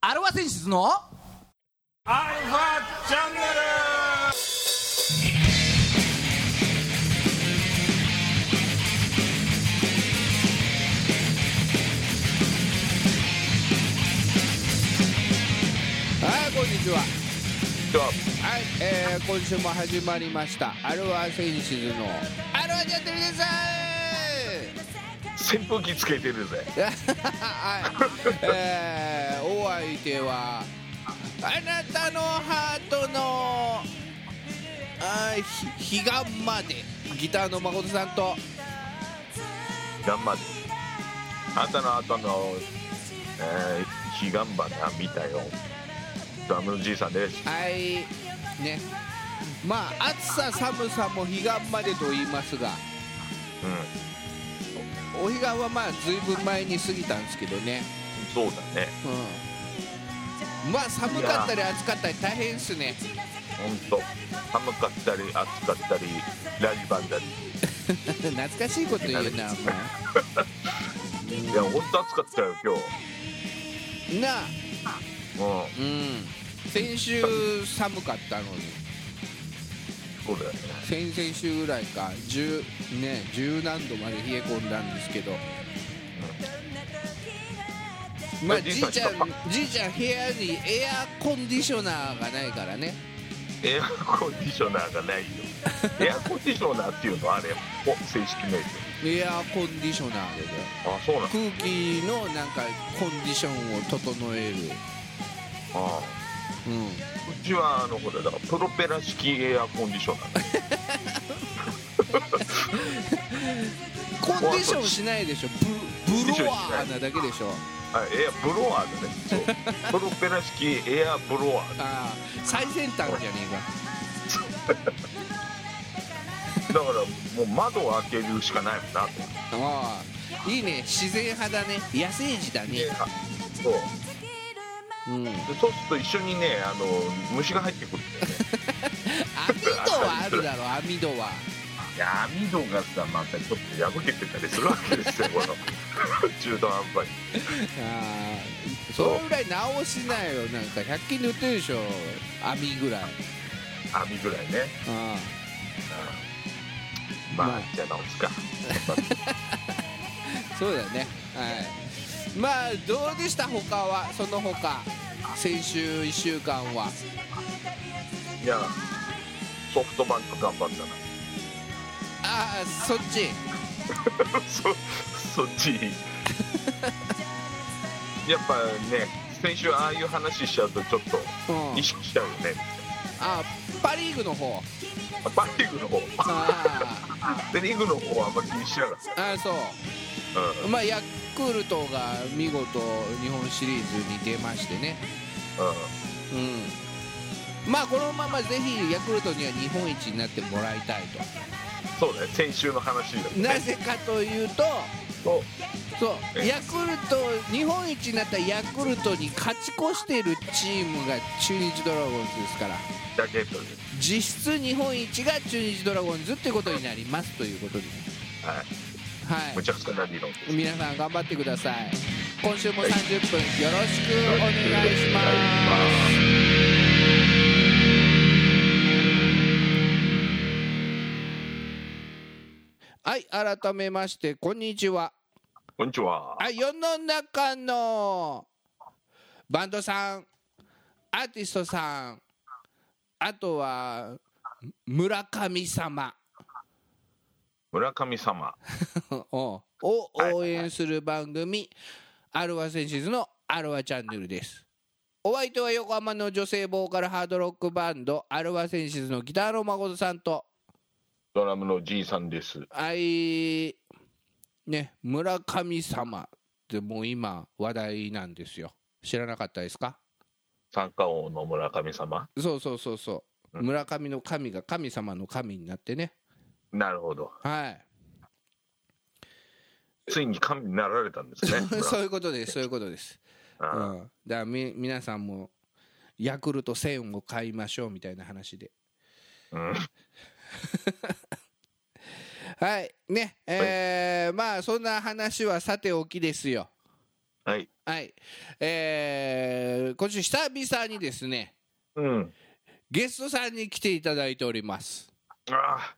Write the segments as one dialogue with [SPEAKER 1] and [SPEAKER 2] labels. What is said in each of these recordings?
[SPEAKER 1] アルファ選出の
[SPEAKER 2] アルファチャンネル
[SPEAKER 3] はいこんにちははい、えー、今週も始まりましたアルワセンシズのアルワチャンネルです
[SPEAKER 2] 扇風機つけてるぜ
[SPEAKER 3] はい、えー、お相手はあなたのハートのあーひ彼岸までギターの誠さんと
[SPEAKER 2] 頑張ってあんたの後の、えー、彼岸花見たよドラムのじいさんです
[SPEAKER 3] はいねまあ暑さ寒さも彼岸までと言いますが
[SPEAKER 2] うん
[SPEAKER 3] お彼岸はまあずいぶん前に過ぎたんですけどね
[SPEAKER 2] そうだね
[SPEAKER 3] うんまあ寒かったり暑かったり大変っす ね
[SPEAKER 2] 本当寒かったり暑かったりラジバンだり
[SPEAKER 3] 懐かしいこと言うなお
[SPEAKER 2] いや本当暑かったよ今
[SPEAKER 3] 前なあ
[SPEAKER 2] 日
[SPEAKER 3] うん先週寒かったのに
[SPEAKER 2] うんそうだよね
[SPEAKER 3] 先々週ぐらいか10ね十何度まで冷え込んだんですけどまあ
[SPEAKER 2] え
[SPEAKER 3] じいちゃん
[SPEAKER 2] じいちゃん
[SPEAKER 3] じいちゃん部屋にエアコンディショナーがないからね
[SPEAKER 2] エアコンディショナーがないよエアコンディショナーっていうのはあれお正式名称
[SPEAKER 3] エアコンディショナーでね
[SPEAKER 2] あそうなの
[SPEAKER 3] 空気のなんかコンディションを整える
[SPEAKER 2] ああ
[SPEAKER 3] うん
[SPEAKER 2] うちはあのほらだからプロペラ式エアコンディショナー
[SPEAKER 3] コンディションしないでしょブブロワーなだけでしょ
[SPEAKER 2] あエアブロワーだねそうプロペラ式エアブロワーだ
[SPEAKER 3] ああ最先端じゃね
[SPEAKER 2] だからもう窓を開けるしかないもんなと思って
[SPEAKER 3] えかああいいね自然派だね野生児だね
[SPEAKER 2] あそう
[SPEAKER 3] うん
[SPEAKER 2] でそうすると一緒にねあの虫が入ってくるんだよね
[SPEAKER 3] 網戸はあるだろ網戸はい
[SPEAKER 2] や網戸がさまたちょっと破けてたりするわけですよこの中途半端に
[SPEAKER 3] ああそれぐらい直しなよなんか100均で売ってるでしょ網ぐらいあ
[SPEAKER 2] 網ぐらいね
[SPEAKER 3] あ
[SPEAKER 2] うんま
[SPEAKER 3] ま
[SPEAKER 2] あ
[SPEAKER 3] あ
[SPEAKER 2] じゃあ直すか
[SPEAKER 3] そうだよねはいまあどうでした他はその他先週1週間はい
[SPEAKER 2] やソフトバンク頑張ったな
[SPEAKER 3] ああそっち
[SPEAKER 2] そそっち やっぱね先週ああいう話しちゃうとちょっと
[SPEAKER 3] うん
[SPEAKER 2] 意識しちゃうよね
[SPEAKER 3] あパ・リーグの方
[SPEAKER 2] あパ・リーグの方
[SPEAKER 3] あ
[SPEAKER 2] でリーグの方はあんま気にしなかっ
[SPEAKER 3] ーあーそう
[SPEAKER 2] た、うん
[SPEAKER 3] まあヤクルトが見事日本シリーズに出ましてね
[SPEAKER 2] う
[SPEAKER 3] うんまあこのままぜひヤクルトには日本一になってもらいたい
[SPEAKER 2] ん、そうだね先週の話だ
[SPEAKER 3] となぜかというと
[SPEAKER 2] と
[SPEAKER 3] そう
[SPEAKER 2] え
[SPEAKER 3] ヤクルト日本一になったヤクルトに勝ち越しているチームが中日ドラゴンズですから
[SPEAKER 2] だけという
[SPEAKER 3] 実質日本一が中日ドラゴンズってことになりますということで
[SPEAKER 2] はい
[SPEAKER 3] はい
[SPEAKER 2] むちゃくちゃな理論です
[SPEAKER 3] 皆さん頑張ってください今週も30分よろしくお願いしますはい改めましてこんにちは
[SPEAKER 2] こんにちは
[SPEAKER 3] あ世の中のバンドさんアーティストさんあとは村神様
[SPEAKER 2] 村神様
[SPEAKER 3] を応援する番組「アルワセンシズ」の「アルワチャンネル」ですお相手は横浜の女性ボーカルハードロックバンドアルワセンシズのギターの誠さんと
[SPEAKER 2] ドラムのじいさんです
[SPEAKER 3] はいね村神様ってもう今話題なんですよ知らなかったですか
[SPEAKER 2] 三冠王の村神様
[SPEAKER 3] そうそうそうそう、
[SPEAKER 2] うん
[SPEAKER 3] 村上の神が神様の神になってね
[SPEAKER 2] なるほど
[SPEAKER 3] はい
[SPEAKER 2] ついに神になられたんですね
[SPEAKER 3] そういうことですそういうことです、
[SPEAKER 2] 村
[SPEAKER 3] う
[SPEAKER 2] うん
[SPEAKER 3] ん、だからみ皆さんもヤクルト1000を買いましょうみたいな話で
[SPEAKER 2] うん
[SPEAKER 3] はいねえーまあそんな話はさておきですよ
[SPEAKER 2] はい。
[SPEAKER 3] はい。えー、今週久々にですね、
[SPEAKER 2] うん。
[SPEAKER 3] ゲストさんに来ていただいております。
[SPEAKER 2] ああ、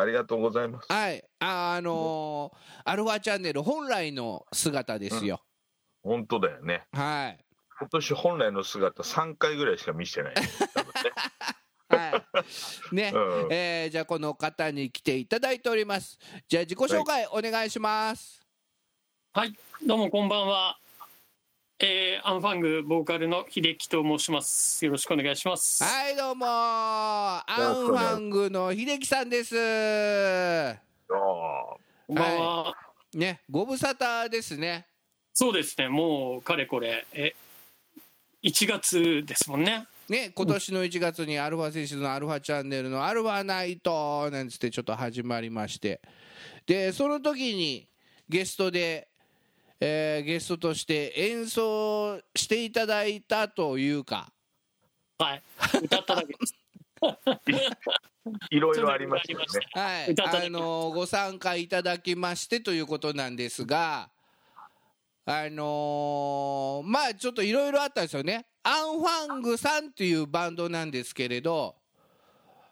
[SPEAKER 2] ありがとうございます。
[SPEAKER 3] はい。あ、あのーアルファチャンネル本来の姿ですよ。
[SPEAKER 2] 本当だよね。
[SPEAKER 3] はい。
[SPEAKER 2] 今年本来の姿3回ぐらいしか見せてない。
[SPEAKER 3] はい。ね。
[SPEAKER 2] うん
[SPEAKER 3] えーじゃあこの方に来ていただいております。じゃあ自己紹介お願いします。
[SPEAKER 1] はい、どうもこんばんは。えー、アンファングボーカルの秀樹と申します。よろしくお願いします。
[SPEAKER 3] はい、どうもアン
[SPEAKER 2] よろしく
[SPEAKER 3] フ
[SPEAKER 2] お願い
[SPEAKER 3] ァングの秀樹さんです。
[SPEAKER 2] あ
[SPEAKER 1] こんばんは。
[SPEAKER 3] ね、ご無沙汰ですね。
[SPEAKER 1] そうですね、もうかれこれ、え、1月ですもんね。
[SPEAKER 3] ね、今年の1月にアルファ選手のアルファチャンネルのアルファナイトなんつってちょっと始まりまして。で、その時にゲストで、えーゲストとして演奏していただいたというか、
[SPEAKER 1] はい。歌っただけです。
[SPEAKER 2] あ、いろいろありましたよね。
[SPEAKER 3] はい、
[SPEAKER 1] 歌っただ
[SPEAKER 3] あ
[SPEAKER 1] け
[SPEAKER 3] のご参加いただきましてということなんですが、あのーまあちょっといろいろあったんですよね。アンファングさんというバンドなんですけれど、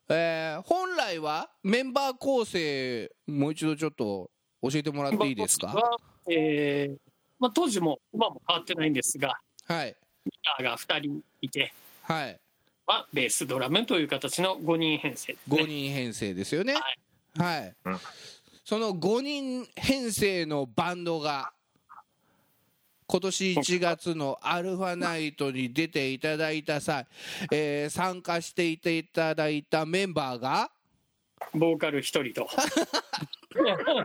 [SPEAKER 3] えー本来はメンバー構成もう一度ちょっと教えてもらっていいですか。
[SPEAKER 1] はえーまあ、当時も今も変わってないんですが、
[SPEAKER 3] はい
[SPEAKER 1] ギターが2人いて、
[SPEAKER 3] はい、
[SPEAKER 1] まあ、ベース、ドラムという形の5人編成、ね。
[SPEAKER 3] 5人編成ですよね。はい
[SPEAKER 2] うん。
[SPEAKER 3] その5人編成のバンドが今年1月のアルファナイトに出ていただいた際、えー参加していていただいたメンバーが
[SPEAKER 1] ボーカル1人 と。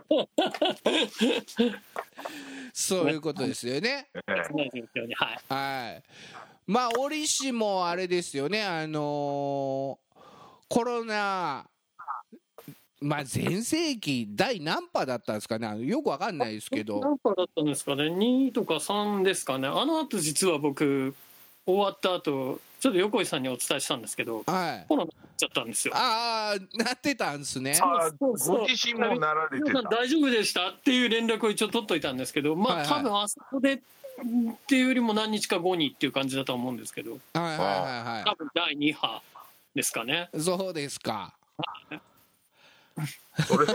[SPEAKER 3] そういうことですよね。
[SPEAKER 2] え
[SPEAKER 1] そうですよねはい。
[SPEAKER 3] はい。まあ折しもあれですよね。あのーコロナまあ全盛期第何波だったんですかね。あのよくわかんないですけど。
[SPEAKER 1] 何個だったんですかね2とか3ですかねあの後実は僕終わった後ちょっと横井さんにお伝えしたんですけど
[SPEAKER 3] はい。
[SPEAKER 1] コロナになっちゃったんですよ
[SPEAKER 3] ああ、なってたんですね
[SPEAKER 2] え。ああ、
[SPEAKER 1] そうそう
[SPEAKER 2] ご自身もなられて
[SPEAKER 1] 皆さん
[SPEAKER 2] た。
[SPEAKER 1] 大丈夫でしたっていう連絡を一応取っといたんですけどまあ、
[SPEAKER 3] はいはい
[SPEAKER 1] 多分あそこでっていうよりも何日か後にっていう感じだと思うんですけど
[SPEAKER 3] はいはいはい
[SPEAKER 1] 多
[SPEAKER 3] は
[SPEAKER 1] 分第2波ですかね
[SPEAKER 3] い。そうですか。
[SPEAKER 2] それ、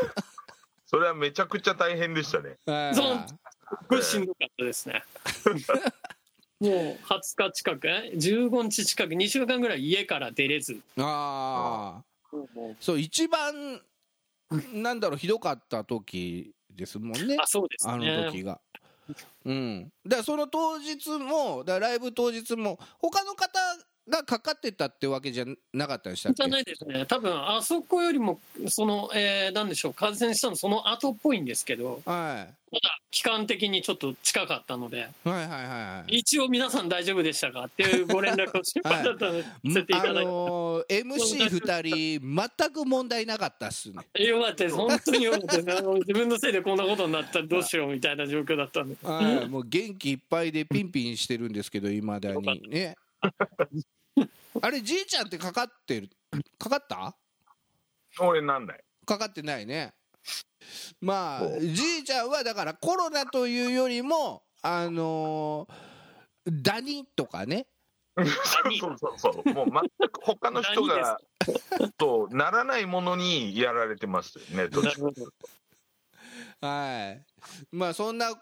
[SPEAKER 2] それはめちゃくちゃ大変でしたね。
[SPEAKER 3] はい
[SPEAKER 1] そうなんですすごいしんどかったで すねもう20日近くえ15日近く2週間ぐらい家から出れず
[SPEAKER 3] ああ、
[SPEAKER 1] もう
[SPEAKER 3] そう一番なんだろうひどかった時ですもんね
[SPEAKER 1] あ。そうですね
[SPEAKER 3] あの時が。うん。だからその当日もだからライブ当日も他の方がかかってたってわけじゃなかったでしたっ
[SPEAKER 1] じゃな
[SPEAKER 3] け？
[SPEAKER 1] いですね、多分あそこよりも、その、えー、なんでしょう、感染したのその後っぽいんですけど、
[SPEAKER 3] は
[SPEAKER 1] まだ期間的にちょっと近かったので、
[SPEAKER 3] いはいはいはいはい。
[SPEAKER 1] 一応皆さん大丈夫でしたかっていうご連絡を心配だったので、させてい
[SPEAKER 3] あ
[SPEAKER 1] ただいて、
[SPEAKER 3] のー、MC2 人全く問題なかったっすね。
[SPEAKER 1] よかったです、本当によかったです、あの 自分のせいでこんなことになったらどうしようみたいな状況だったんで、
[SPEAKER 3] はい、もう元気いっぱいでピンピンしてるんですけど、いまだ
[SPEAKER 1] よかっ
[SPEAKER 3] にね。 あれ、じいちゃんってかかってる、かかった
[SPEAKER 2] 俺なんない。
[SPEAKER 3] かかってないね。まあ、
[SPEAKER 2] お
[SPEAKER 3] じいちゃんはだからコロナというよりも、あのーダニとかね。
[SPEAKER 2] そうそうそうそう。もう全く他の人が、そう、ならないものにやられてますよね、どっ
[SPEAKER 1] な
[SPEAKER 2] ち
[SPEAKER 1] るほど
[SPEAKER 3] はい。まあ、そんな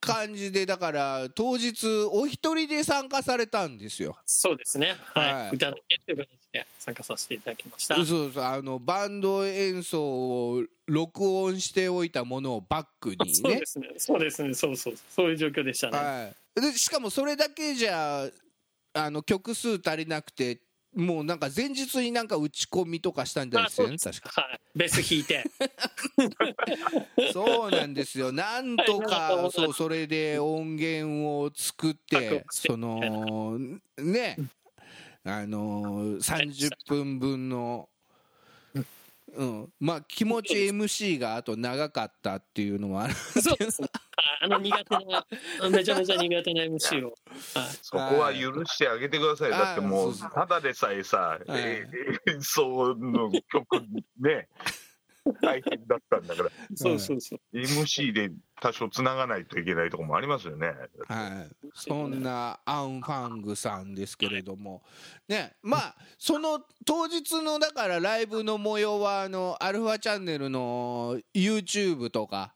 [SPEAKER 3] 感じで、だから、当日、お一人で参加されたんですよ。
[SPEAKER 1] そうですね、はい、
[SPEAKER 3] はい
[SPEAKER 1] い、ただけという形で参加させていただきました。
[SPEAKER 3] そうそうあのバンド演奏を録音しておいたものをバックに
[SPEAKER 1] そう
[SPEAKER 3] ね
[SPEAKER 1] で。すね、そうですね、そうそう、そういう状況でしたね。
[SPEAKER 3] はい、でしかもそれだけじゃあの曲数足りなくてもうなんか前日になんか打ち込みとかしたんじゃないですよね
[SPEAKER 1] あ
[SPEAKER 3] 確か
[SPEAKER 1] はい、ベース弾いて。
[SPEAKER 3] そうなんです よなんと
[SPEAKER 1] はい
[SPEAKER 3] かそうそれで音源を作って
[SPEAKER 1] 作って
[SPEAKER 3] そのねあのー30分分の。うん、まあ気持ち MC があと長かったっていうのもある
[SPEAKER 1] そうですね。ああの苦手な、めちゃめちゃ苦手な MC を。はい
[SPEAKER 2] そこは許してあげてください。
[SPEAKER 3] はい
[SPEAKER 2] だっても
[SPEAKER 3] あー
[SPEAKER 2] う、
[SPEAKER 3] そうそう
[SPEAKER 2] ただでさえさ、
[SPEAKER 3] はい
[SPEAKER 2] えー演奏の曲ね、大変だったんだから
[SPEAKER 1] そうそうそう。
[SPEAKER 2] MC で多少つながないといけないとこもありますよね
[SPEAKER 3] はい、そんなアン・ファングさんですけれども、ね、まあ、その当日のだからライブの模様は、あのアルファチャンネルの YouTube とか、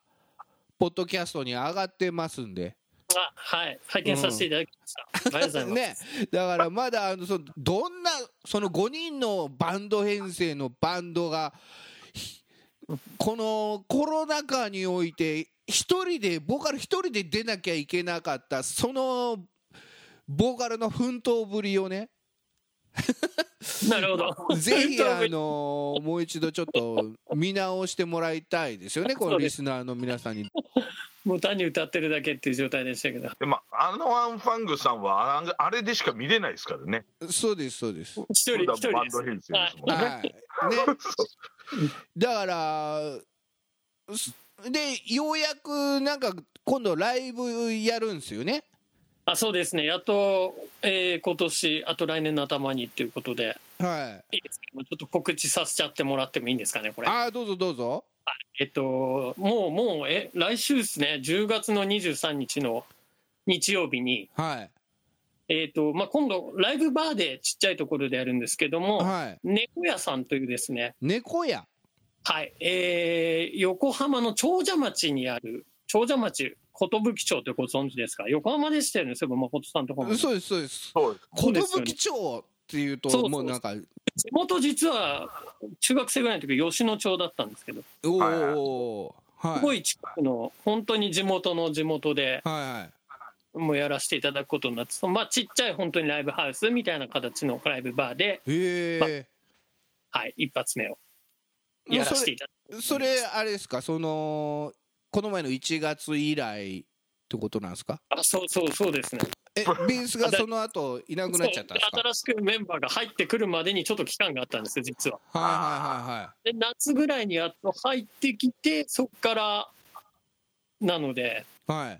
[SPEAKER 3] ポッドキャストに上がってますんで、
[SPEAKER 1] あ、はい。拝見させていただきました。ありがとうございます。
[SPEAKER 3] ね、だからまだあのそのどんな、その5人のバンド編成のバンドが、ひこのコロナ禍において、一人で、ボーカル一人で出なきゃいけなかった、そのボーカルの奮闘ぶりを ね、
[SPEAKER 1] なるほど。
[SPEAKER 3] ぜひ、あのもう一度ちょっと見直してもらいたいですよね、このリスナーの皆さんに。
[SPEAKER 1] もう単に歌ってるだけっていう状態でしたけど。
[SPEAKER 2] でもあのアンファングさんはああれでしか見れないですからね
[SPEAKER 3] そうです、そう です。
[SPEAKER 1] 一人、一
[SPEAKER 2] 今度
[SPEAKER 1] 人
[SPEAKER 2] はバ
[SPEAKER 1] で
[SPEAKER 2] ンド
[SPEAKER 1] す。
[SPEAKER 2] 編成ですもんね、
[SPEAKER 3] はい。ね、だから、すで、ようやくなんか、今度ライブやるんですよね。
[SPEAKER 1] あ、そうですね。やっと、えー今年、あと来年の頭にっていうことで、
[SPEAKER 3] はい
[SPEAKER 1] いですけど、ちょっと告知させちゃってもらってもいいんですかね、こ
[SPEAKER 3] い。
[SPEAKER 1] れ。
[SPEAKER 3] ああ、どうぞどうぞ。
[SPEAKER 1] えっと、もう、もう、え、来週ですね、10月の23日の日曜日に、
[SPEAKER 3] はい。
[SPEAKER 1] えっと、まあ、今度、ライブバーでちっちゃいところでやるんですけども、
[SPEAKER 3] はい。
[SPEAKER 1] 猫屋さんというですね、
[SPEAKER 3] 猫屋。
[SPEAKER 1] はい、えー横浜の長者町にある、長者町、寿町ってご存知ですか横浜でしたよね、そういえば誠さんとこも。地
[SPEAKER 3] そうです、そうです。
[SPEAKER 2] そうです
[SPEAKER 1] そうですよね
[SPEAKER 3] 寿町っていう
[SPEAKER 1] そう
[SPEAKER 3] と、
[SPEAKER 1] そう
[SPEAKER 3] もうなんか、
[SPEAKER 1] 元実は、中学生ぐらいの時、吉野町だったんですけど、
[SPEAKER 3] おお
[SPEAKER 2] はいはい
[SPEAKER 3] おー。
[SPEAKER 1] す
[SPEAKER 3] は
[SPEAKER 1] ご
[SPEAKER 3] い。
[SPEAKER 1] い近くの、本当に地元の地元で
[SPEAKER 3] はいはい。
[SPEAKER 1] もうやらせていただくことになって、そのまあ、ちっちゃい本当にライブハウスみたいな形のライブバーで、
[SPEAKER 3] へえ。
[SPEAKER 1] はい、一発目をやらせていただく。
[SPEAKER 3] それあれですかそのこの前の1月以来ってことなんですか
[SPEAKER 1] あそうそうそうですね
[SPEAKER 3] えビンスがその後いなくなっちゃったんですかはい
[SPEAKER 1] 新しくメンバーが入ってくるまでにちょっと期間があったんですよ実は
[SPEAKER 3] はいはいはい
[SPEAKER 1] で夏ぐらいにやっと入ってきてそこからなので
[SPEAKER 3] は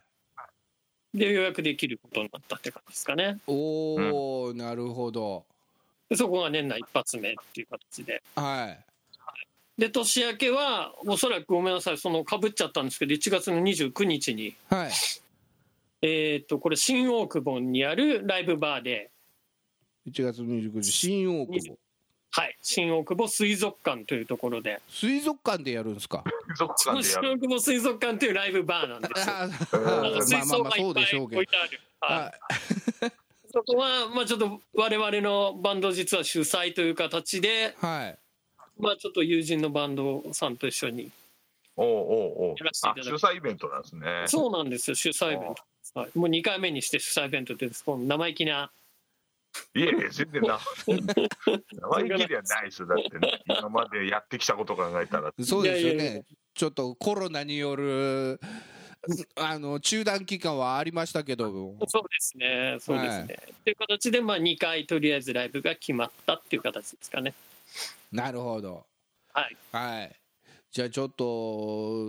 [SPEAKER 3] い
[SPEAKER 1] で予約できることになったって感じですかね
[SPEAKER 3] おお、なるほど
[SPEAKER 1] でそこが年内一発目っていう形で
[SPEAKER 3] はい
[SPEAKER 1] で年明けはおそらくごめんなさいそのかぶっちゃったんですけど1月の29日に
[SPEAKER 3] はい
[SPEAKER 1] えっ、とこれ新大久保にあるライブバーで
[SPEAKER 3] 1月29日新大久保
[SPEAKER 1] はい新大久保水族館というところで
[SPEAKER 3] 水族館でやるんですか
[SPEAKER 2] 水族
[SPEAKER 1] 新
[SPEAKER 2] 館でやる
[SPEAKER 1] 大久保水族館というライブバーなんで すよ
[SPEAKER 3] あ
[SPEAKER 1] あの水
[SPEAKER 3] まあまあまあ
[SPEAKER 1] 槽
[SPEAKER 3] そ
[SPEAKER 1] がいっ
[SPEAKER 3] う
[SPEAKER 1] ぱい
[SPEAKER 3] でしょうけど
[SPEAKER 1] 置いてある。はい
[SPEAKER 3] は
[SPEAKER 1] そこは、まあ、ちょっと我々のバンド実は主催という形で、
[SPEAKER 3] い、はい、
[SPEAKER 1] まあ、ちょっと友人のバンドさんと一緒に、
[SPEAKER 2] おうおうおう
[SPEAKER 1] やらせてい
[SPEAKER 2] あ
[SPEAKER 1] ただく
[SPEAKER 2] 主催イベントなんですね
[SPEAKER 1] そうなんですよ、主催イベント。はい、もう2回目にして主催イベントって、この生意気な、
[SPEAKER 2] いえいえ全然 な生意気ではないですよだってね今までやってきたことを考えたら
[SPEAKER 3] そうですよね
[SPEAKER 1] いやいやいや
[SPEAKER 3] ちょっとコロナによるあの中断期間はありましたけども
[SPEAKER 1] そうですね、そうですね。っていう形で、まあ、2回とりあえずライブが決まったっていう形ですかね。
[SPEAKER 3] なるほど
[SPEAKER 1] はい、
[SPEAKER 3] はい。じゃあちょっとこ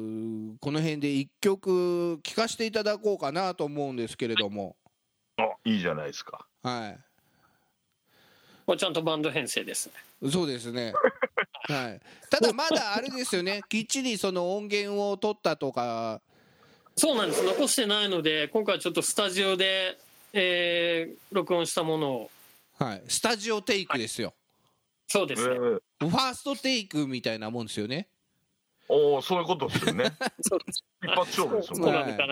[SPEAKER 3] の辺で一曲聴かせていただこうかなと思うんですけれども、
[SPEAKER 2] あいいじゃないですか
[SPEAKER 3] は
[SPEAKER 1] もうちゃんとバンド編成ですね。
[SPEAKER 3] い、そうです ね。はい。ただまだあれですよね。きっちりその音源を取ったとか、
[SPEAKER 1] そうなんです、残してないので、今回ちょっとスタジオで、えー録音したものを、
[SPEAKER 3] はい、スタジオテイクですよ。
[SPEAKER 1] そうですね。
[SPEAKER 2] うん
[SPEAKER 3] ファーストテイクみたいなもんですよね。
[SPEAKER 2] おおそういうことですよね
[SPEAKER 1] そうです
[SPEAKER 2] 一発勝負です
[SPEAKER 1] そう
[SPEAKER 2] もんね
[SPEAKER 1] なのかな。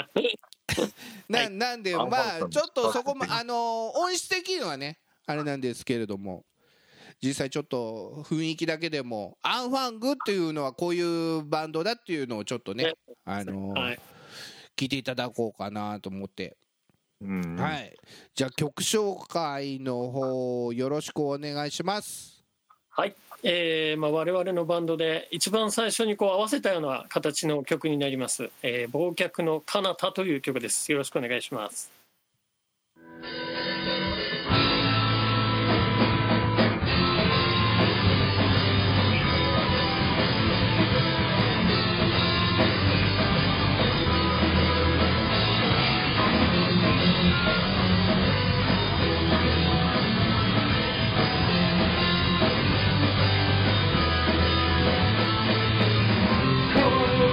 [SPEAKER 3] な
[SPEAKER 1] はい
[SPEAKER 3] なんで
[SPEAKER 2] あ
[SPEAKER 3] まあ
[SPEAKER 2] そう
[SPEAKER 3] ちょっとそこも
[SPEAKER 2] そう
[SPEAKER 3] あの音質的にはねあれなんですけれども実際ちょっと雰囲気だけでもアンファングっていうのはこういうバンドだっていうのをちょっとね
[SPEAKER 1] ね
[SPEAKER 3] あの
[SPEAKER 1] はい
[SPEAKER 3] 聞いていただこうかなと思って
[SPEAKER 2] うん
[SPEAKER 3] はいじゃあ曲紹介の方よろしくお願いします
[SPEAKER 1] はい、えーまあ、我々のバンドで一番最初にこう合わせたような形の曲になります「えー、忘却の彼方という曲ですよろしくお願いします
[SPEAKER 4] 「忘れたい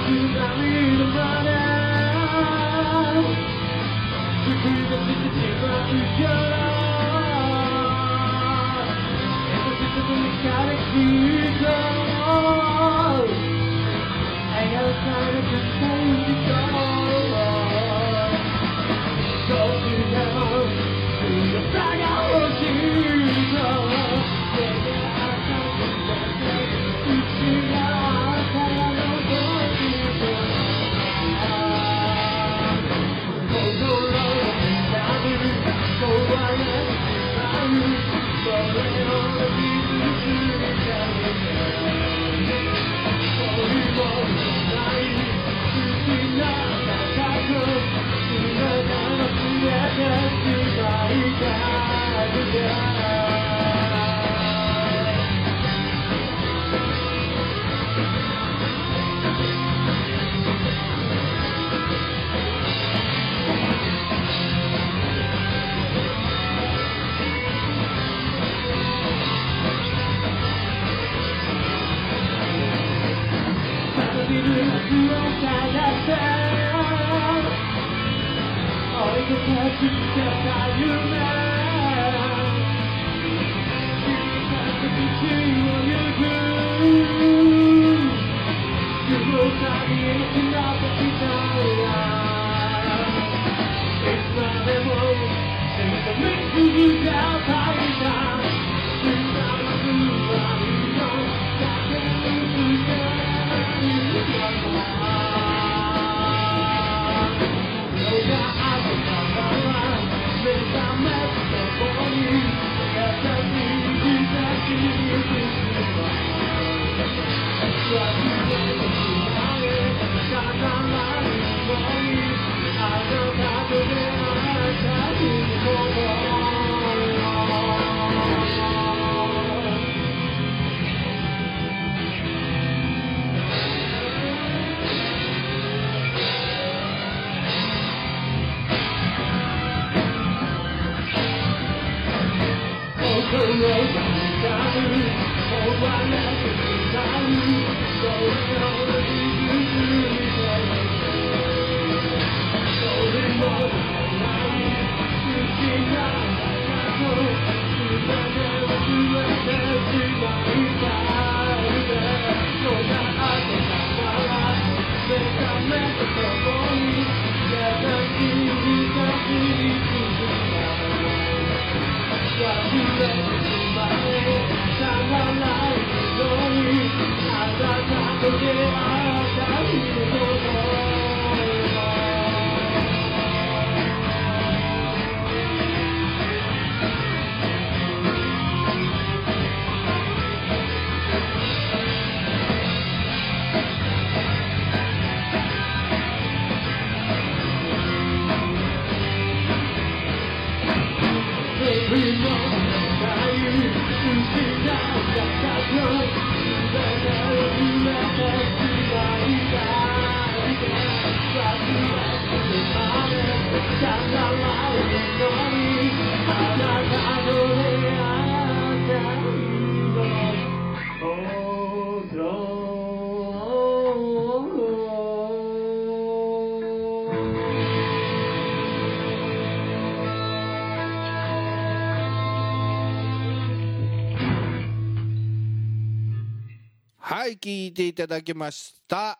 [SPEAKER 5] はい聞いていただきました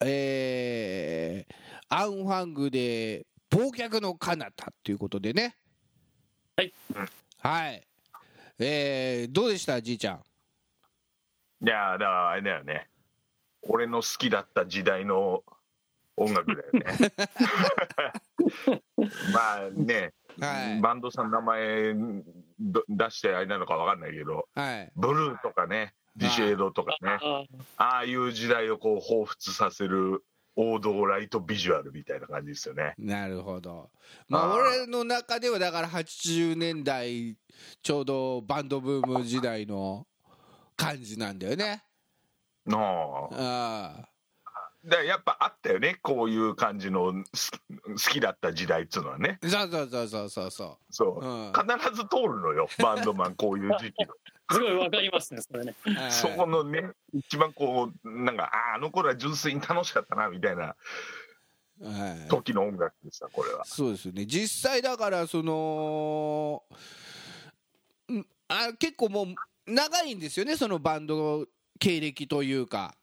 [SPEAKER 5] えー、アンファングで「忘却の彼方ということでね
[SPEAKER 1] はい
[SPEAKER 5] はいえー、どうでしたじいちゃん
[SPEAKER 2] いやーだからあれだよね俺の好きだった時代の音楽だよねまあね、
[SPEAKER 5] はい
[SPEAKER 2] バンドさんの名前ど出してあれなのかわかんないけど
[SPEAKER 5] はい
[SPEAKER 2] ブルーとかねディシェードとかね
[SPEAKER 1] あ
[SPEAKER 2] ああいう時代をこう彷彿させる王道ライトビジュアルみたいな感じですよね
[SPEAKER 5] なるほどまあ
[SPEAKER 2] あー
[SPEAKER 5] 俺の中ではだから80年代ちょうどバンドブーム時代の感じなんだよね
[SPEAKER 2] の
[SPEAKER 5] あ
[SPEAKER 2] だからやっぱあったよねこういう感じの好き好きだった時代っつうのはね
[SPEAKER 5] あそうそうそうそうそうそ
[SPEAKER 2] そう、
[SPEAKER 5] うん
[SPEAKER 2] 必ず通るのよバンドマンこういう時期の
[SPEAKER 1] すごいわかりますね それね
[SPEAKER 5] うはい
[SPEAKER 2] そこのね一番こうなんかあーあの頃は純粋に楽しかったなみたいな
[SPEAKER 5] はい
[SPEAKER 2] 時の音楽でしたこれは
[SPEAKER 5] そうですよね実際だからそのんあ結構もう
[SPEAKER 3] 長いんですよねそのバンドの経歴というか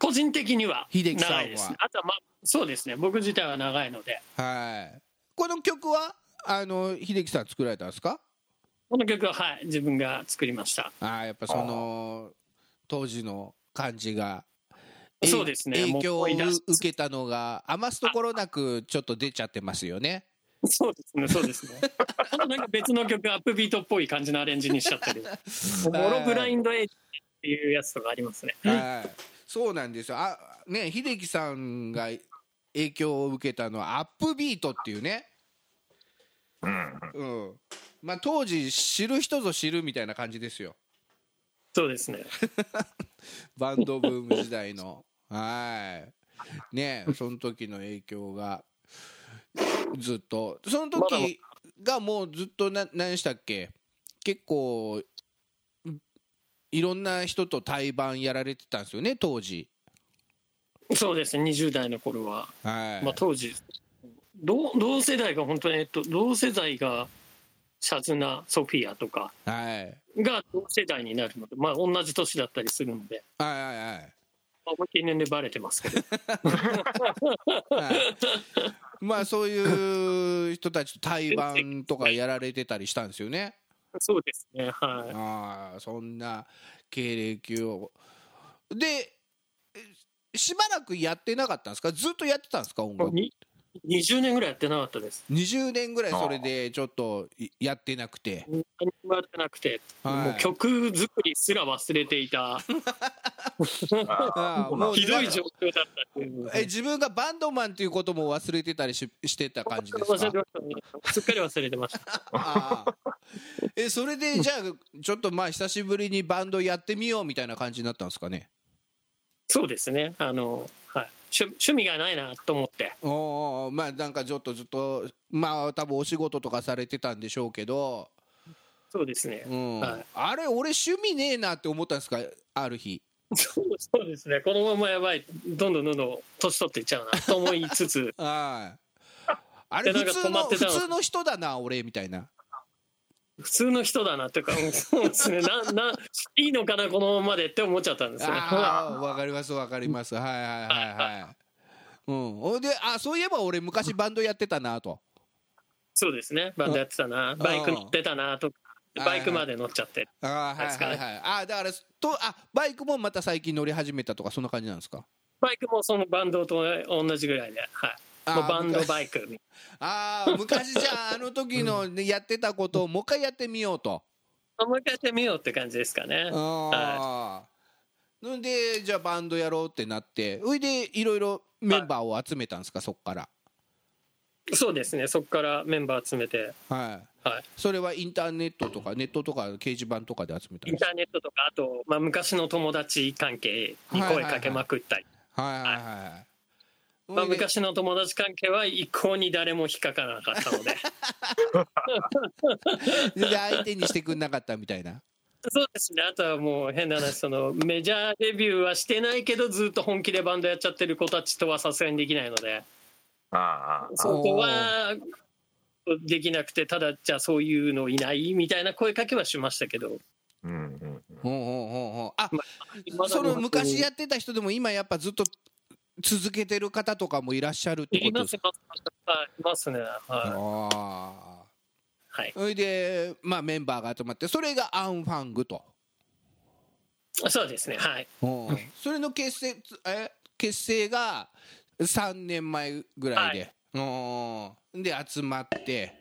[SPEAKER 1] 個人的には
[SPEAKER 3] 秀樹さんは
[SPEAKER 1] 長いですねあとはまあそうですね僕自体は長いので
[SPEAKER 3] はいこの曲はあの秀樹さん作られたんですか
[SPEAKER 1] この曲ははい自分が作りました
[SPEAKER 3] あーやっぱその当時の感じがえ
[SPEAKER 1] そうですね
[SPEAKER 3] 影響を
[SPEAKER 1] もう思い出
[SPEAKER 3] 受
[SPEAKER 1] す
[SPEAKER 3] けたのが余すところなくちょっと出ちゃってますよね
[SPEAKER 1] そうですねそうですねこのなんか別の曲アップビートっぽい感じのアレンジにしちゃっ てる「モロブラインドエイジ」っていうやつとかありますね
[SPEAKER 3] はいそうなんですよあね秀樹さんが影響を受けたのはアップビートっていうね
[SPEAKER 2] うん
[SPEAKER 3] うんまあ当時知る人ぞ知るみたいな感じですよ
[SPEAKER 1] そうですね
[SPEAKER 3] バンドブーム時代のはいねえその時の影響がずっとその時がもうずっとな何でしたっけ結構いろんな人と対バンやられてたんですよね当時
[SPEAKER 1] そうですね20代の頃は、
[SPEAKER 3] はい、
[SPEAKER 1] まあ、当時同同世代が本当に、えっと、同世代がシャズナソフィアとか
[SPEAKER 3] はい
[SPEAKER 1] が同世代になるので、まあ、同じ年だったりするので、
[SPEAKER 3] はいはいはい
[SPEAKER 1] まあ、思いっきり年齢バレてます けど
[SPEAKER 3] はいまあそういう人たちと対バンとかやられてたりしたんですよね。
[SPEAKER 1] そうですねはい
[SPEAKER 3] ああそんな経歴をでえしばらくやってなかったんですかずっとやってたんですか音
[SPEAKER 1] もう
[SPEAKER 3] 楽
[SPEAKER 1] に20年ぐらいやってなかったです
[SPEAKER 3] 20年ぐらいそれでちょっといやってなくて
[SPEAKER 1] 何もやってなくて、
[SPEAKER 3] はい
[SPEAKER 1] もう曲作りすら忘れていた
[SPEAKER 3] あー もう
[SPEAKER 1] ひど
[SPEAKER 3] な
[SPEAKER 1] い
[SPEAKER 3] んか
[SPEAKER 1] 状況だったっていう
[SPEAKER 3] え自分がバンドマンっていうことも忘れてたりししてた感じです
[SPEAKER 1] 忘れ
[SPEAKER 3] か
[SPEAKER 1] てましたねすっかり忘れてました
[SPEAKER 3] あーえそれでじゃあちょっとまあ久しぶりにバンドやってみようみたいな感じになったんですかね
[SPEAKER 1] そうですねあの、はい、趣趣味がないなと思って
[SPEAKER 3] おーおーまあなんかちょっとずっとまあ多分お仕事とかされてたんでしょうけど
[SPEAKER 1] そうですね、
[SPEAKER 3] うん
[SPEAKER 1] はい
[SPEAKER 3] あれ俺趣味ねえなって思ったんですかある 日
[SPEAKER 1] そうそうですねこのままやばいどんどんどんどん年取っていっちゃうなと思いつつ
[SPEAKER 3] はいあれ
[SPEAKER 1] でな
[SPEAKER 3] 普
[SPEAKER 1] んか
[SPEAKER 3] 通の
[SPEAKER 1] 止まって
[SPEAKER 3] 普
[SPEAKER 1] たの
[SPEAKER 3] 通の人だな俺みたいな
[SPEAKER 1] 普通の人だなというかうんそうで すねなないいのかなこのままでって思っちゃったんですよね
[SPEAKER 3] ああわかりますわかりますはいはいはいはいうんほいであそういえば俺昔バンドやってたなと
[SPEAKER 1] そうですねバンドやってたなバイク乗ってたなとか
[SPEAKER 3] うん
[SPEAKER 1] バイクまで乗っちゃって
[SPEAKER 3] あーはいはいはいあーだからとあバイクもまた最近乗り始めたとかそんな感じなんですか
[SPEAKER 1] バイクもそのバンドと同じぐらいで、はい、
[SPEAKER 3] あー
[SPEAKER 1] もうバンド
[SPEAKER 3] 昔
[SPEAKER 1] バイクみ
[SPEAKER 3] ああ昔じゃああの時のねやってたことをもう一回やってみよう と
[SPEAKER 1] もう一回やってみようって感じですかね。
[SPEAKER 3] ああのでじゃあバンドやろうってなってそれでいろいろメンバーを集めたんですかそっから
[SPEAKER 1] そうですね、そこからメンバー集めて、
[SPEAKER 3] はい、
[SPEAKER 1] はい
[SPEAKER 3] それはインターネットとかネットとか掲示板とかで集めた
[SPEAKER 1] イ
[SPEAKER 3] んで
[SPEAKER 1] ン
[SPEAKER 3] す
[SPEAKER 1] ターネットとか、あと、まあ、昔の友達関係に声かけまくったり、
[SPEAKER 3] かはいはいはい
[SPEAKER 1] まあ、
[SPEAKER 3] それで
[SPEAKER 1] 昔の友達関係は一向に誰も引っかからなかった ので、
[SPEAKER 3] で相手にしてくんなかったみたいな
[SPEAKER 1] そうですね、あとはもう変な話、そのメジャーデビューはしてないけど、ずっと本気でバンドやっちゃってる子たちとはさすがにできないので。
[SPEAKER 2] ああ
[SPEAKER 1] そこはできなくてただじゃあそういうのいないみたいな声かけはしましたけど
[SPEAKER 2] うんうん
[SPEAKER 3] ほうほうほうほうあ
[SPEAKER 1] 未だに
[SPEAKER 3] その昔やってた人でも今やっぱずっと続けてる方とかもいらっしゃるって
[SPEAKER 1] い
[SPEAKER 3] こと
[SPEAKER 1] ま
[SPEAKER 3] ですす
[SPEAKER 1] い
[SPEAKER 3] か
[SPEAKER 1] ますはいいますねは
[SPEAKER 3] ああ
[SPEAKER 1] い、はい、
[SPEAKER 3] それでまあメンバーが集まってそれがアンファングと
[SPEAKER 1] そうですねはい
[SPEAKER 3] それの結成つえ結成が3年前ぐらいで、うんで集まって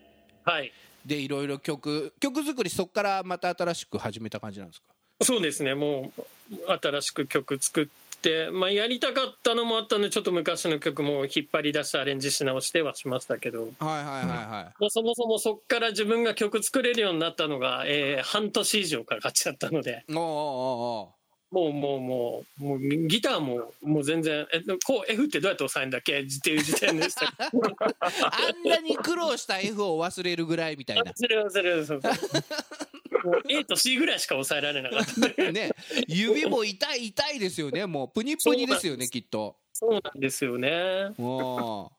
[SPEAKER 1] はい
[SPEAKER 3] でいろいろ曲曲作りそこからまた新しく始めた感じなんですか
[SPEAKER 1] そうですねもう新しく曲作って、まあ、やりたかったのもあったのでちょっと昔の曲も引っ張り出してアレンジし直してはしましたけど、
[SPEAKER 3] はいはいはいはい、
[SPEAKER 1] まあ、そもそもそこから自分が曲作れるようになったのが、えー半年以上かかっちゃったので
[SPEAKER 3] おーお
[SPEAKER 1] もうもうもうもうギターももう全然えこう F ってどうやって押さえるんだっけっていう時点でした
[SPEAKER 3] ーおーおーあんなに苦労した F を忘れるぐらいみたいな
[SPEAKER 1] それはそれはそうもう A と C ぐらいしか抑えられなかったんで
[SPEAKER 3] ね指も痛い痛いですよねもうプニプニですよねきっと
[SPEAKER 1] そうなんですよね
[SPEAKER 3] おー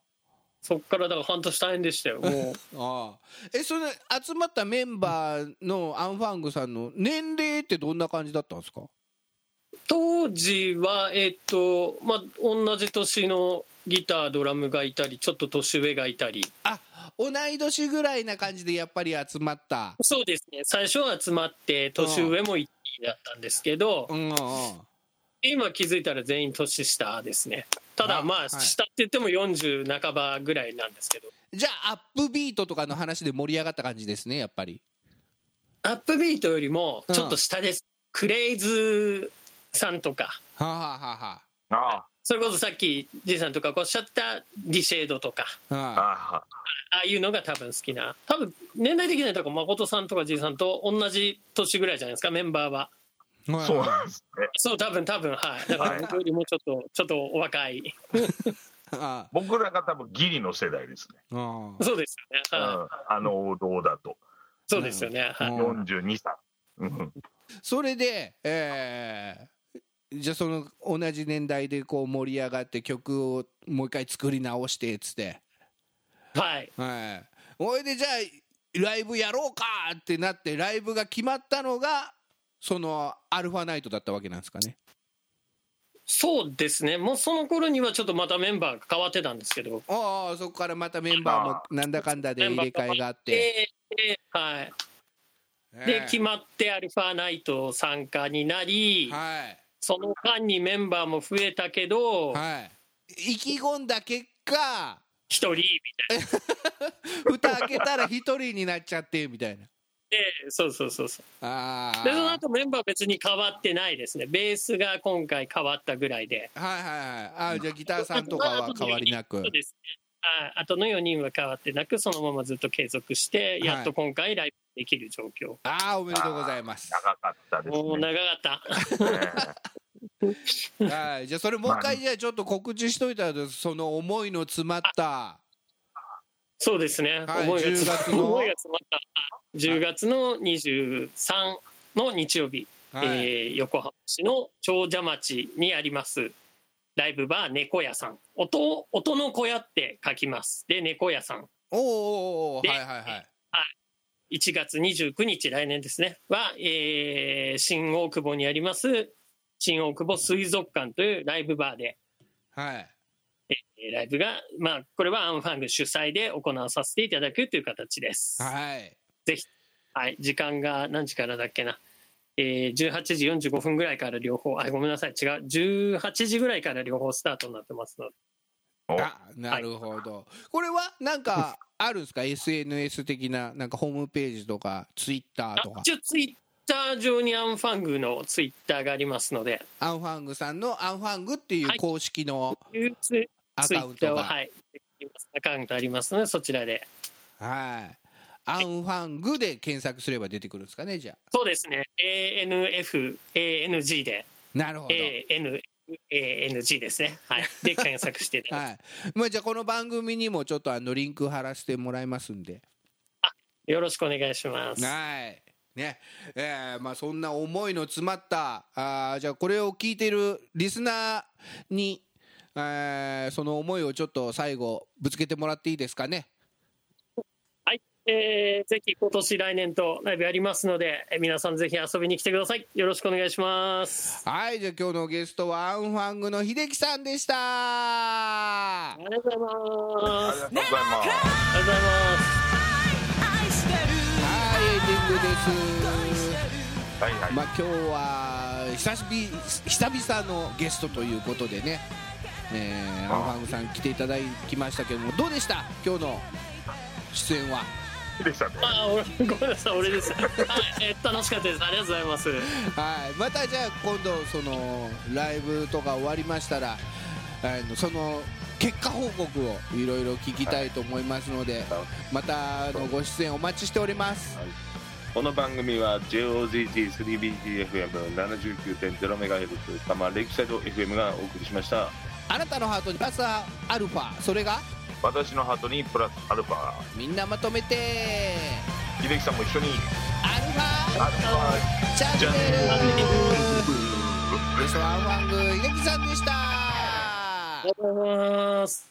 [SPEAKER 1] そっからだから半年大変でしたよも
[SPEAKER 3] ああえそれ集まったメンバーのアンファングさんの年齢ってどんな感じだったんですか
[SPEAKER 1] う当時はえっとまあ同じ年のギタードラムがいたりちょっと年上がいたり
[SPEAKER 3] あ同い年ぐらいな感じでやっぱり集まった
[SPEAKER 1] そうですね最初は集まって年上も一気だったんですけど
[SPEAKER 3] うんうんうん
[SPEAKER 1] 今気づいたら全員年下ですねた
[SPEAKER 3] あ
[SPEAKER 1] だまあ
[SPEAKER 3] はい
[SPEAKER 1] 下って言っても40半ばぐらいなんですけど
[SPEAKER 3] じゃあアップビートとかの話で盛り上がった感じですねやっぱり
[SPEAKER 1] アップビートよりもちょっと下ですクレイズさんとか
[SPEAKER 3] はあ、は
[SPEAKER 2] あ
[SPEAKER 1] それこそさっきじいさんとかがおっしゃったディシェードとか
[SPEAKER 3] あはあ
[SPEAKER 2] あ
[SPEAKER 3] はあ、
[SPEAKER 2] あ
[SPEAKER 1] ああいうのが多分好きな多分年代的にはだから誠さんとかじいさんと同じ年ぐらいじゃないですかメンバーは
[SPEAKER 2] あ
[SPEAKER 3] は
[SPEAKER 2] そうなんですね
[SPEAKER 1] そう多分多分はいだか
[SPEAKER 2] はい
[SPEAKER 1] ら僕よりもちょっとちょっとお若い
[SPEAKER 3] あ
[SPEAKER 2] 僕らが多分ギリの世代ですね、
[SPEAKER 3] ああ
[SPEAKER 1] そうです
[SPEAKER 2] う
[SPEAKER 1] よね、はい
[SPEAKER 2] ん、あの王道だと
[SPEAKER 1] そうですよね、はい
[SPEAKER 3] うん
[SPEAKER 2] 42歳、うん、
[SPEAKER 3] それで、えーじゃあその同じ年代でこう盛り上がって曲をもう一回作り直してっつって
[SPEAKER 1] はい
[SPEAKER 3] はいおいでじゃあライブやろうかってなってライブが決まったのがそのアルファナイトだったわけなんですかね
[SPEAKER 1] そうですねもうその頃にはちょっとまたメンバーが変わってたんですけど
[SPEAKER 3] ああそこからまたメンバーもなんだかんだで入れ替えがあって、
[SPEAKER 1] でではい
[SPEAKER 3] え
[SPEAKER 1] で
[SPEAKER 3] ー
[SPEAKER 1] 決まってアルファナイト参加になり
[SPEAKER 3] はい
[SPEAKER 1] その間にメンバーも増えたけど
[SPEAKER 3] はい意気込んだ結果
[SPEAKER 1] 一人みたい
[SPEAKER 3] 蓋開けたら一人になっちゃってみたいな
[SPEAKER 1] でそうそうそうそう
[SPEAKER 3] ああ
[SPEAKER 1] でその後メンバー別に変わってないですねベースが今回変わったぐらいで
[SPEAKER 3] はいはいはい。あじゃあギターさんとかは変わりなく
[SPEAKER 1] そう。ですねあとの4人は変わってなくそのままずっと継続して
[SPEAKER 3] い
[SPEAKER 1] やっと今回ライブできる状況、
[SPEAKER 3] ああおめでとうございます。
[SPEAKER 2] 長かったです
[SPEAKER 1] もう
[SPEAKER 2] ね
[SPEAKER 1] 長かった
[SPEAKER 2] ね
[SPEAKER 3] はい。じゃあそれもう一回じゃあちょっと告知しといたらその思いの詰まった。
[SPEAKER 1] そうですね、
[SPEAKER 3] はい
[SPEAKER 1] 思いが
[SPEAKER 3] 10
[SPEAKER 1] つ
[SPEAKER 3] 月の
[SPEAKER 1] 思いが詰まった10月の23の日曜日、え
[SPEAKER 3] はい。
[SPEAKER 1] ー横浜市の長者町にありますライブバー猫屋さん音音の小屋って書きますで猫屋さん
[SPEAKER 3] おーおーおー
[SPEAKER 1] で
[SPEAKER 3] はいはいはい。
[SPEAKER 1] 1月29日来年ですねは、えー新大久保にあります新大久保水族館というライブバーで、
[SPEAKER 3] はい。
[SPEAKER 1] えーライブが、まあ、これはアンファング主催で行わさせていただくという形です。
[SPEAKER 3] はい。
[SPEAKER 1] はい、時間が何時からだっけな、えー、18時45分ぐらいから両方、あごめんなさい、違う、18時ぐらいから両方スタートになってますので、
[SPEAKER 2] お
[SPEAKER 3] あなるほど。これはなんかあるんですか SNS 的ななんかホームページとかツイッターと
[SPEAKER 1] あ
[SPEAKER 3] か
[SPEAKER 1] 一応、ツイッター上にアンファングのツイッターがありますので、
[SPEAKER 3] アンファングさんのアンファングっていう公式の
[SPEAKER 1] いうツイ
[SPEAKER 3] ア
[SPEAKER 1] ツイ
[SPEAKER 3] カウン
[SPEAKER 1] ッター
[SPEAKER 3] ト
[SPEAKER 1] は、
[SPEAKER 3] が。
[SPEAKER 1] はい、アカウントありますので、そちらで、
[SPEAKER 3] はい。アンファングで検索すれば出てくるんですかねじゃあ。
[SPEAKER 1] そうですね、ANF、ANG で、
[SPEAKER 3] なるほど。
[SPEAKER 1] AN、ANG ですね、 はい、で検索していただいて
[SPEAKER 3] はい。まあじゃあこの番組にもちょっとあのリンク貼らせてもらいますんで。
[SPEAKER 1] よろしくお願いします。
[SPEAKER 3] はい。ね。えーまあそんな思いの詰まった、あーじゃあこれを聞いてるリスナーに、えーその思いをちょっと最後ぶつけてもらっていいですかね。
[SPEAKER 1] えーぜひ今年来年とライブやりますので、えー皆さんぜひ遊びに来てください。よろしくお願いします。
[SPEAKER 3] はい。じゃあ今日のゲストはアンファングの秀樹さんでした。
[SPEAKER 1] ありがとうござい
[SPEAKER 2] ありがとうございま
[SPEAKER 1] ます。
[SPEAKER 2] す
[SPEAKER 1] ありがとうございます。
[SPEAKER 3] はい、エンディングです。
[SPEAKER 2] はいはい、
[SPEAKER 3] まあ、今日は久しぶり久々のゲストということでね、えー、
[SPEAKER 2] あ
[SPEAKER 3] アンファングさん来ていただきましたけどもどうでした今日の出演は
[SPEAKER 2] でしたね
[SPEAKER 1] あー、俺、ごめんなさい、俺です。はい、えー楽しかったです。ありがとうございます。
[SPEAKER 3] はいまたじゃあ今度そのライブとか終わりましたらあのその結果報告をいろいろ聞きたいと思いますので、またあのご出演お待ちしております
[SPEAKER 4] この番組は JOZZ3BGFM79.0MHz 多摩レイクサイド FM がお送りしました
[SPEAKER 3] あなたのハートにプラスアルファそれが
[SPEAKER 2] 私のハートにプラスアルファ
[SPEAKER 3] みんなまとめて
[SPEAKER 2] 秀樹さんも一緒に
[SPEAKER 3] アルファ
[SPEAKER 2] アルファ
[SPEAKER 3] チャンネル
[SPEAKER 2] ル
[SPEAKER 3] ゲストはアンファング秀樹さんでした
[SPEAKER 1] ありがとうございます。